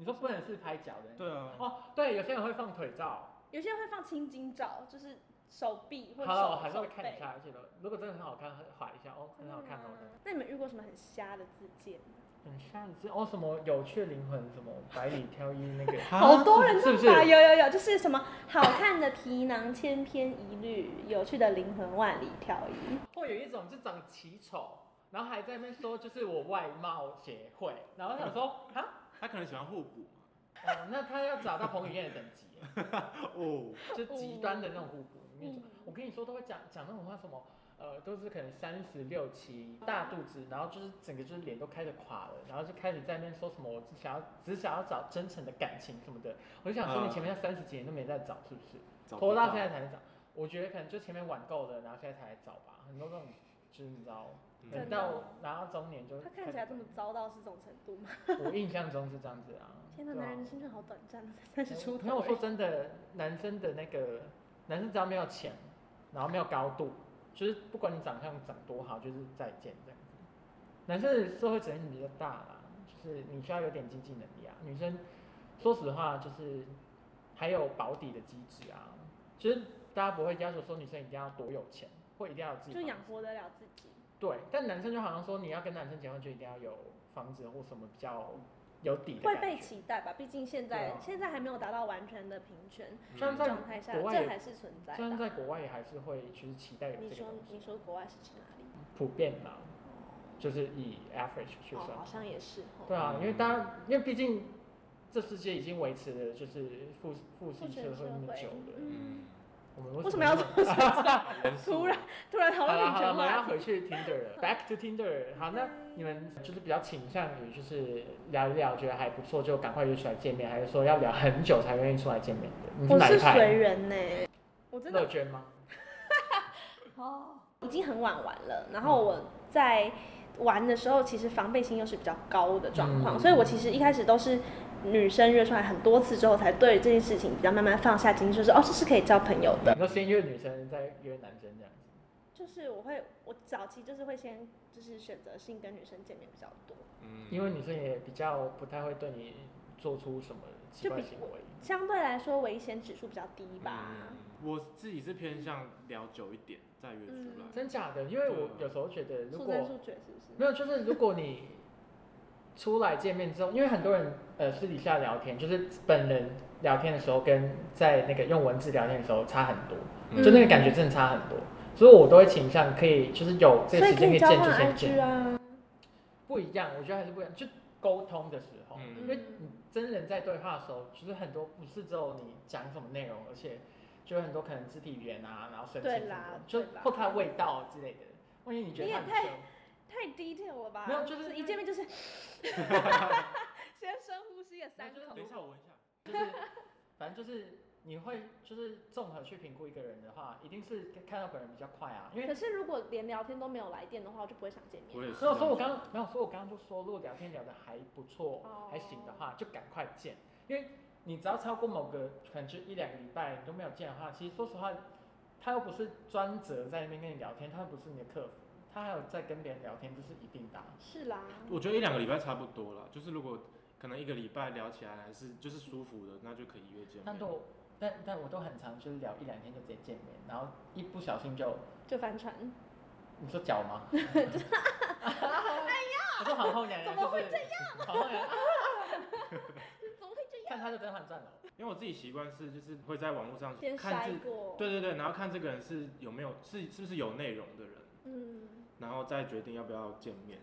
B: 你说不能是拍脚的，
C: 对啊，
B: 哦，对，有些人会放腿照，
A: 有些人会放青筋照，就是手臂
B: 好
A: 或
B: 了，我
A: 者
B: 还是
A: 手手
B: 会看一
A: 背。
B: 下，而且都如果真的很好看，会划一下哦，很好看哦
A: 真的，吗那你们遇过什么很瞎的自荐吗？
B: 很像是哦什么有趣灵魂什么百里挑一那个，
A: 好多人
B: 是不是
A: 啊，有有有，就是什么好看的皮囊千篇一律，有趣的灵魂万里挑一。
B: 会有一种就长奇丑，然后还在那边说就是我外貌协会，然后我想说啊，
C: 他可能喜欢互补嘛。
B: 哦，那他要找到彭于晏的等级，
C: 哦，
B: 就极端的那种互补。里面说
A: 嗯
B: 我跟你说都会讲讲那种话什么。呃，都是可能三十六
A: 嗯
B: 七，大肚子，然后就是整个就是脸都开始垮了，然后就开始在那边说什么我只想要只想要找真诚的感情什么的，我就想说
C: 嗯
B: 你前面三十几年都没在找是不是？
C: 找
B: 拖
C: 不
B: 到现在才能找，我觉得可能就前面玩够了，然后现在才来找吧，很多这种就是你知道，
A: 真
B: 等
A: 的
C: 嗯，
B: 到然后中年就
A: 他看起来这么糟到是这种程度吗？
B: 我印象中是这样子啊。
A: 天哪，
B: 对啊
A: 男人的青春好短暂，啊才三十出
B: 没有
A: 头
B: 我说
A: 而已。
B: 真的，男生的那个男生只要没有钱，然后没有高度，就是不管你长相长多好，就是再见这样子。男生的社会责任比较大啦，就是你需要有点经济能力啊。女生说实话就是还有保底的机制啊，就是大家不会要求说女生一定要多有钱，或一定要有自己
A: 就
B: 房
A: 养
B: 子
A: 活得了自己，
B: 对，但男生就好像说你要跟男生结婚就一定要有房子或什么比较有底的
A: 会
B: 感
A: 被
B: 觉
A: 期待吧？毕竟现
B: 对
A: 在
B: 啊
A: 现在还没有达到完全的平权
C: 嗯
B: 虽然在
A: 状态下，
B: 国外
A: 这
B: 也
A: 还是存在
B: 虽然
A: 的。
B: 在国外也还是会就是期待有这
A: 你
B: 个
A: 说
B: 东
A: 你
B: 西，
A: 说国外是指哪里？
B: 普遍嘛，就是以 average 去
A: 哦，
B: 算。
A: 好像也是哦。
B: 对啊，因为大家因为毕竟这世界已经维持了就是父父
A: 父
B: 系
A: 权
B: 社会
A: 社
B: 那么
A: 会
B: 久了，
C: 嗯，
B: 我们
A: 为什么要
B: 这
A: 这
B: 么
A: 么说？
C: 好严肃
A: 突然突然讨
B: 好
A: 论
B: 了
A: 女
B: 好了，
A: 权
B: 我们要
A: 话题，
B: 回去 Tinder 了，back to Tinder。好，那你们就是比较倾向于就是聊一聊，觉得还不错就赶快约出来见面，还是说要聊很久才愿意出来见面的？你
A: 我
B: 哪
A: 是
B: 一
A: 随
B: 派？
A: 人呢、我真的
B: 乐捐吗？
A: 哦，已经很晚玩了，
B: 嗯
A: 然后我在玩的时候，其实防备心又是比较高的状况，
B: 嗯
A: 所以我其实一开始都是女生约出来很多次之后，才对这件事情比较慢慢放下心，就是哦，这是可以交朋友的。
B: 你说先约女生，再约男生这样子？
A: 就是我会，我早期就是会先就是选择性跟女生见面比较多，
C: 嗯
B: 因为女生也比较不太会对你做出什么奇怪行为。
A: 相对来说危险指数比较低吧。
C: 嗯我自己是偏向聊久一点再约出来
A: 嗯。
B: 真假的？因为我有时候觉得，如
A: 速
B: 果
A: 战速决是不是？
B: 没有，就是如果你出来见面之后，因为很多人呃私底下聊天，就是本人聊天的时候跟在那个用文字聊天的时候差很多，
A: 嗯
B: 就那个感觉真的差很多，所以我都会倾向可以就是有这个
A: 所
B: 时
A: 以可
B: 间可
A: 以
B: 以
A: 交
B: 见
A: 换
B: 就先见
A: IG，啊，
B: 不一样，我觉得还是不一样，就沟通的时候，
C: 嗯
B: 因为你真人在对话的时候，就是很多不是只有你讲什么内容，而且就有很多可能肢体语言啊，然后神情
A: 对
B: 什么
A: 啦
B: 的，
A: 对
B: 就
A: 啦
B: 或他味道之类的，万一你觉得
A: 你
B: 他
A: 也
B: 很
A: 太
B: 凶。
A: 太 detail 了吧？
B: 没有就是
A: 一见面就是 先深呼吸个三
B: 就是
A: 口
C: 嗯等。一下，我闻一下。
B: 就是反正就是你会就是综合去评估一个人的话，一定是看到本人比较快啊，因为
A: 可是如果连聊天都没有来电的话，我就不会想见面。
C: 我也是这
B: 所以
C: 样
B: 我
C: 觉得。
B: 说我刚刚没有，所以我刚刚就说，如果聊天聊得还不错，
A: 哦
B: 还行的话，就赶快见，因为你只要超过某个可能就一两个礼拜你都没有见的话，其实说实话，他又不是专责在那边跟你聊天，他又不是你的客服，他还有在跟别人聊天，这是一定的啊、
A: 是啦，
C: 我觉得一两个礼拜差不多了，就是如果可能一个礼拜聊起来还是就是舒服的，那就可以约见
B: 但
C: 面。
B: 都但但我都很常就是聊一两天就直接见面，然后一不小心就
A: 就帆船。
B: 你说脚吗？ 哎呀，我说皇后娘娘、就是，
A: 怎么会
B: 这样？皇后娘娘
A: 怎么会这样？
B: 看她的《甄嬛传》了。
C: 因为我自己习惯是就是会在网络上
A: 先
C: 看
A: 筛
C: 自，
A: 过。，
C: 对对对，然后看这个人是有没有是是不是有内容的人，
A: 嗯，
C: 然后再决定要不要见面。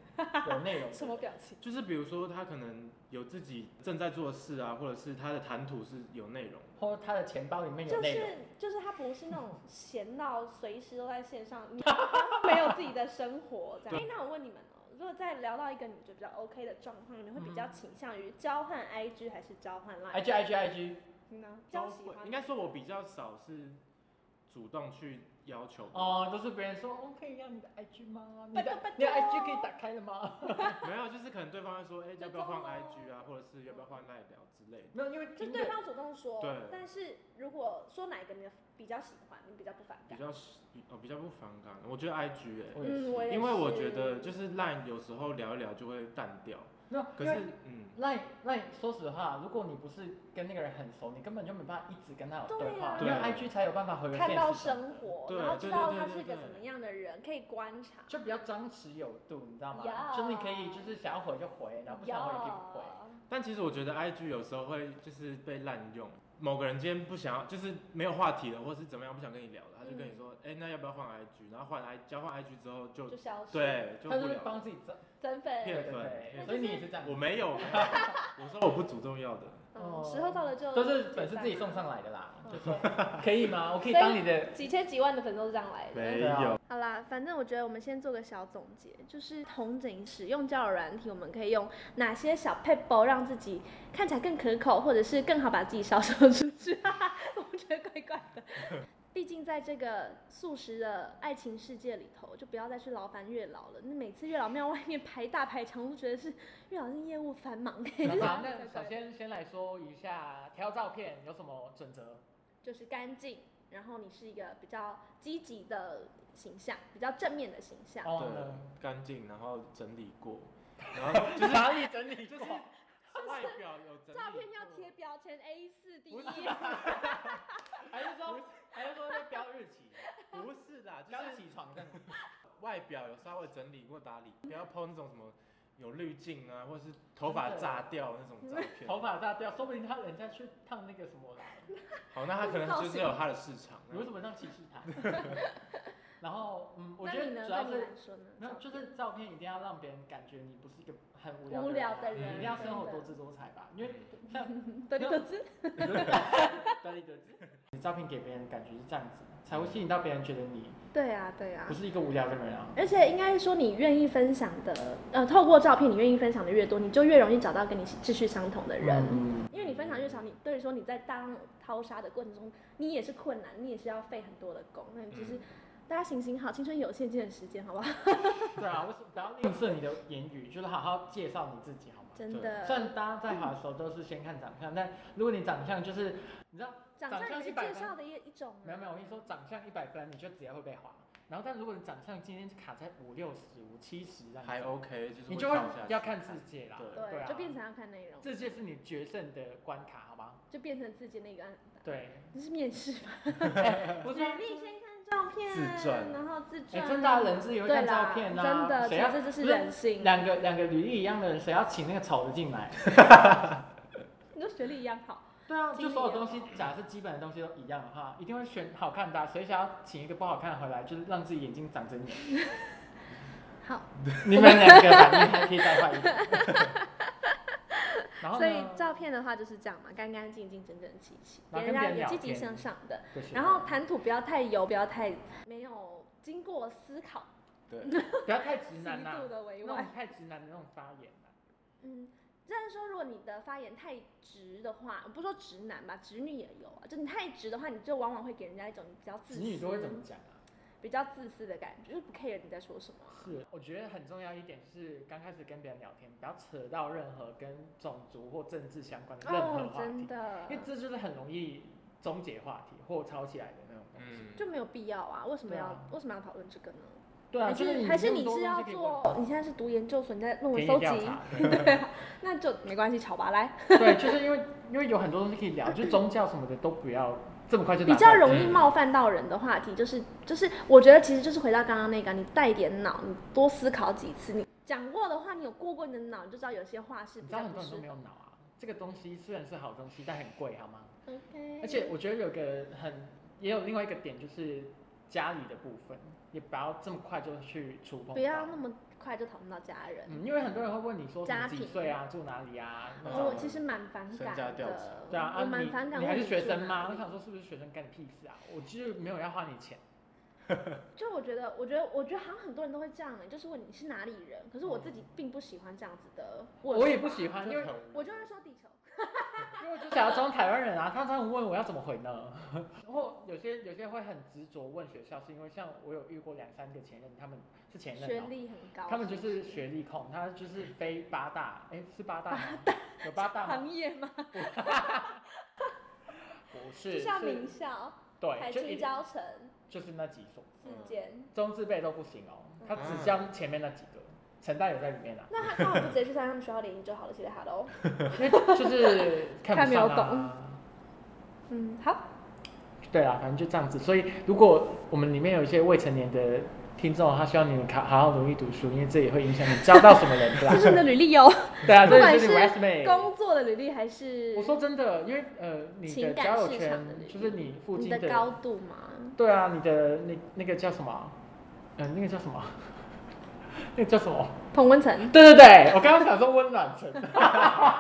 B: 有内容的。
A: 什么表情？
C: 就是比如说他可能有自己正在做的事啊，或者是他的谈吐是有内容。
B: 或者他的钱包里面有
A: 就
B: 内容。
A: 是就是他不是那种闲到随时都在线 上，你没有自己的生活这样。哎、那我问你们哦，如果再聊到一个你
B: 嗯哎
A: 觉得比较 OK 的状况，你们会比较倾向于交换 IG 还是交换 Line？
B: IG IG IG，
A: 你呢？比较
C: 都
A: 喜
C: 会
A: 欢
C: 应该说，我比较少是主动去要求别人
B: 哦，都是别人说，我、可以要你的 IG 吗？你
A: 拜托
B: 的
A: 拜
B: 你的
A: 托
B: IG 可以打开了吗？
C: 没有，就是可能对方会说，哎、要不要换
A: 那中午
B: 哦
C: IG 啊，或者是要不要换赖聊之类的。
B: 没有，因为
A: 就
B: 真
A: 对
B: 的
A: 方主动说
C: 对，
A: 但是如果说哪一个你比较喜欢，你比较不反
C: 比
A: 感，
C: 较喜比哦比较不反感，我觉得 IG 哎、
B: 嗯我也是
A: 嗯我也
C: 因为我觉
A: 是
C: 得就是烂，有时候聊一聊就会淡掉。
B: 没有，
C: 可
B: 因为
C: 是嗯，
B: 赖赖，说实话，如果你不是跟那个人很熟，你根本就没办法一直跟他有对话，因
C: 对
B: 为
C: 啊
B: IG 才有办法回
A: 看到生
B: 活，
A: 活，
C: 对
A: 然后知
C: 对
A: 道
C: 对
A: 他
C: 对
A: 是一个
C: 对
A: 怎么样的人，可以观察。
B: 就比较张弛有度，你知道吗
A: Yeah
B: 就是你可以就是想要回就回，然后不想回就可以不回。
C: 但其实我觉得 IG 有时候会就是被滥用。某个人今天不想要，就是没有话题了，或者是怎么样不想跟你聊了，他就
B: 嗯
C: 跟你说，哎、那要不要换 IG？然后换 I 交换 IG 之后就
A: 就消失，，
C: 对就
B: 他
C: 不
B: 就会
C: 聊了。
B: 帮自己增，
A: 增
B: 对对
A: 粉，
C: 骗粉
B: 对，
A: 那
B: 所以
A: 就
B: 你也
A: 是
B: 是这样
C: 我，没 有，我说我不主动要的。
A: 嗯，
B: 哦
A: 时候到了就
B: 都是粉丝
A: 解散
B: 自己
A: 了
B: 送上来的啦，
A: 嗯
B: 就说可以吗？我可以
A: 所以
B: 当你的
A: 几千几万的粉都是这样来的。
C: 没
B: 对啊
C: 有，
A: 好啦，反正我觉得我们先做个小总结，就是同整使用交友软体，我们可以用哪些小 p e b l 让自己看起来更可口，或者是更好把自己销售出 去。哈哈，我觉得怪怪的。毕竟在这个素食的爱情世界里头，就不要再去劳烦月老了。那每次月老庙外面排大排长，我都觉得是月老是业务繁忙。
B: 好吧，那首先先来说一下挑照片有什么准则？
A: 就是干净，然后你是一个比较积极的形象，比较正面的形象。
B: 哦，
C: 对
B: 呢，
C: 干净，然后整理过，然后 就是
B: 哪里整理
C: 就
B: 过？
C: 是外表有 整理过
A: 照片要贴标 签 A 四第一
C: 不是，
B: 还是说 还是说那标日期？
C: 不是啦，就
B: 刚
C: 是
B: 起床这样子。
C: 外表有稍微整理过打理，不要抛那种什么有滤镜啊，或者是头发炸掉那种照片。
B: 头发炸掉，说不定他人家去烫那个什么啦，
C: 好，那他可能就是有他的市场。
B: 你为什么这样歧视他？然后，嗯， 我
A: 那
B: 觉
A: 你
B: 得
A: 呢？
B: 主要
A: 对你
B: 是
A: 来说呢？
B: 没有，就是照片一定要让别人感觉你不是一个很无聊
A: 无聊的
B: 人啊，
A: 人，
B: 你一定要生活多姿多彩吧，因为像
A: 对多姿。
B: 得力得志，你照片给别人感觉是这样子，才会吸引到别人觉得你
A: 对啊，对啊
B: 不。是一个无聊的人啊。
A: 而且应该说，你愿意分享的，呃，透过照片，你愿意分享的越多，你就越容易找到跟你志趣相同的人。
B: 嗯，
A: 因为你分享越少，你对于说你在大浪淘沙的过程中，你也是困难，你也是要费很多的功。那你就是、大家行行好，青春有限，记得时间，好不好？
B: 嗯对啊，为什么不要吝啬你的言语，就是好好介绍你自己好吗？
A: 真
C: 对
A: 的。
B: 虽然大家在好的时候都是先看长相，但如果你长相就是你知道。
A: 长
B: 长
A: 相
B: 相
A: 也是
B: 一百
A: 介
B: 分
A: 绍的一一种啊。
B: 没有没有，我跟你说，长相一百分，你就直接会被划。然后，但如果你长相今天卡在五六十、五七十这样子，
C: 还 OK，就是
B: 你
C: 会
B: 就会
C: 跳下去
B: 要看自己啦。
C: 对
A: 对，
B: 啊，
A: 就变成要看内容，
B: 这就是你决胜的关卡，好吗？
A: 就变成自己那个案。
B: 对，
A: 这是面试吧？
B: 不是
A: 履
B: 啊
A: 历先看照片，
C: 自传
A: 然后自
B: 哎，
A: 传。
B: 真的啊人是也会
A: 对
B: 看
A: 啦，
B: 照片啊，
A: 真的，
B: 谁要
A: 其实这就是
B: 不是
A: 人性。
B: 两个两个履历一样的人，谁要请那个丑的进来？
A: 你说学历一样好，
B: 对啊，
A: 经
B: 就
A: 理
B: 所有
A: 啊
B: 东西，假设基本的东西都一样的话，一定会选好看的啊。谁想要请一个不好看的回来，就是让自己眼睛长针眼？
A: 好，
B: 你们两个反应还可以再换一个。 然后
A: 所以
B: 呢？
A: 照片的话就是这样嘛，干干净净、整整齐齐，
B: 然
A: 给
B: 后跟
A: 人家
B: 别人
A: 一个
B: 聊
A: 积极
B: 天
A: 向上的。
B: 对
A: 然后谈吐不要太油，不要太没有经过思考、
C: 对，
B: 不要太直
A: 极
B: 男呐
A: 度，的委
B: 那
A: 婉
B: 种。太直男的那种发言啊
A: 嗯，但是说，如果你的发言太直的话，我不说直男吧，直女也有啊。就你太直的话，你就往往会给人家一种比较自私、
B: 子女都会怎么讲啊？
A: 比较自私的感觉，就是不 care 你在说什么啊。
B: 是，我觉得很重要一点是，刚开始跟别人聊天，不要扯到任何跟种族或政治相关的任何
A: 哦，
B: 话
A: 真
B: 题，
A: 的
B: 因为，这就是很容易终结话题或吵起来的那种东西。
C: 嗯，
A: 就没有必要啊。为什么
B: 对
A: 要、
B: 啊
A: 为什么要讨论这个呢？
B: 对啊，
A: 还
B: 就是
A: 是
B: 你
A: 还是
B: 那么
A: 你
B: 多
A: 是
B: 东
A: 要
B: 西可以问
A: 做？你现在是读研究所，你在论文
B: 田
A: 收
B: 野
A: 集
B: 调， 查，
A: 对啊，那就没关系，吵吧，来，
B: 对，就是因为因为有很多东西可以聊，就宗教什么的都不要这么快就嗯拿
A: 比
B: 出
A: 较
B: 来
A: 容易
B: 讲
A: 冒犯到人的话题，就是就是，我觉得其实就是回到刚刚那个，你带一点脑，你多思考几次，你讲过的话，你有过过你的脑，你就知道有些话是
B: 你
A: 比
B: 知道
A: 较
B: 很
A: 不
B: 多人
A: 适
B: 都没有脑啊，这个东西虽然是好东西，但很贵，好吗？
A: OK，
B: 而且我觉得有个很，也有另外一个点就是家里的部分，也不要这么快就去触碰到。
A: 不要那么快就讨论到家人，
B: 嗯，因为很多人会问你说什
A: 家
B: 么
A: 庭
B: 几岁啊，住哪里啊？那
C: 哦
B: 种
A: 我其实蛮反
C: 身家
A: 感
C: 调查
A: 的，
B: 对啊，啊
A: 我啊蛮
B: 你
A: 反感。
B: 你还是学生吗？我想说是不是学生干你屁事啊？我就是没有要花你钱。
A: 就我觉得，我觉得，我觉得好像很多人都会这样、欸，就是问你是哪里人，可是我自己并不喜欢这样子的问法
B: 我也不喜欢，因为
C: 就很
A: 我就会说地球，
B: 因为我就想要装台湾人啊，他常常问我要怎么回呢？ 然后有些有些会很执着问学校，是因为像我有遇过两三个前任，他们是前
A: 学
B: 任、哦，
A: 历很高，
B: 他们就是学历控，他就是非八 大，哎、是八大吗？有八大吗？
A: 行业嘛，
B: 不，
A: 就是像
B: 是
A: 名校、
B: 对，
A: 台
B: 就一嗯
A: 青、交城、
B: 就是那几所，
A: 四间。
B: 中字辈都不行哦，
A: 嗯
B: 他只将前面那几个，成大有在里面啊，
A: 那他那我就直接去参加他们学校联谊就好了，谢谢 Hello。
B: 因为就是看
A: 看
B: 不
A: 没有
B: 上啊。
A: 嗯，好，
B: 对啊，反正就这样子。所以，如果我们里面有一些未成年的听众，他希望你们考好好努力读书，因为这也会影响你交到什么人
A: 这是
B: 啦。
A: 你的履历哦，
B: 对啊，
A: 不管
B: 这
A: 是
B: 就是你 resume。
A: 工作的履历还是
B: 我说真的，因为呃，你的
A: 情感
B: 交友
A: 市
B: 圈
A: 场的履历
B: 就是你附
A: 你
B: 近
A: 的高度嘛？
B: 对啊，你的那那个叫什么？嗯、那个叫什么？ 那个叫什么？
A: 同温层，
B: 对对对，我刚刚想说温暖层，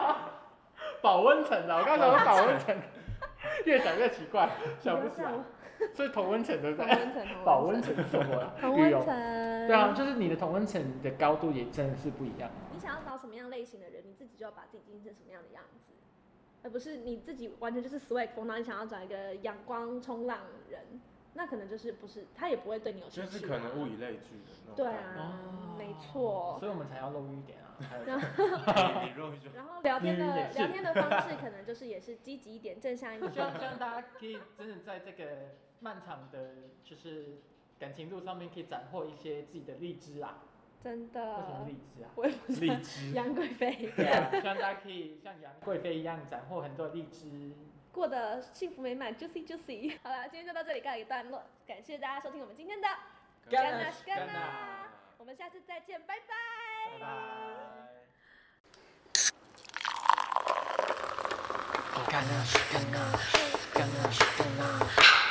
B: 保温层啊，我刚刚想说保温层，越想越奇怪，想不起来，所以同温层对不
A: 同
B: 对？
A: 温层，
B: 保温层是什么啊？
A: 同
B: 羽
A: 温
B: 绒。
A: 层，
B: 对啊，，就是你的同温层的高度也真的是不一样。
A: 你想要找什么样类型的人，你自己就要把自己经营成什么样的样子，而不是你自己完全就是 swag 风，然后你想要找一个阳光冲浪人，那可能就是不是他也不会对你有兴
C: 就
A: 趣、啊，
C: 是可能物以类聚的那种
A: 对
C: 感觉。
A: 啊，没错。
B: 哦所以我们才要露一点啊。还有
A: 然
C: 你你肉 就
A: 然后聊天
B: 嗯
A: 的
B: 也是
A: 聊天的方式可能就是也是积极一点、正向一
B: 希望希
A: 点。
B: 望大家可以真的在这个漫长的就是感情路上面，可以斩获一些自己的荔枝啊。
A: 真
B: 为什么
A: 的，
B: 荔枝啊？
A: 我也不知道
C: 荔。枝，
A: 杨贵妃
B: 对啊，希望大家可以像杨贵妃一样斩获很多荔枝。
A: 过得幸福美满，juicy juicy。好了，今天就到这里告一个段落，感谢大家收听我们今天的，
B: 干
A: 啊干
C: 干
A: 啊
C: 啊，
A: 我们下次再见，拜拜。
C: 拜拜。
D: Ganache, ganache, ganache, ganache.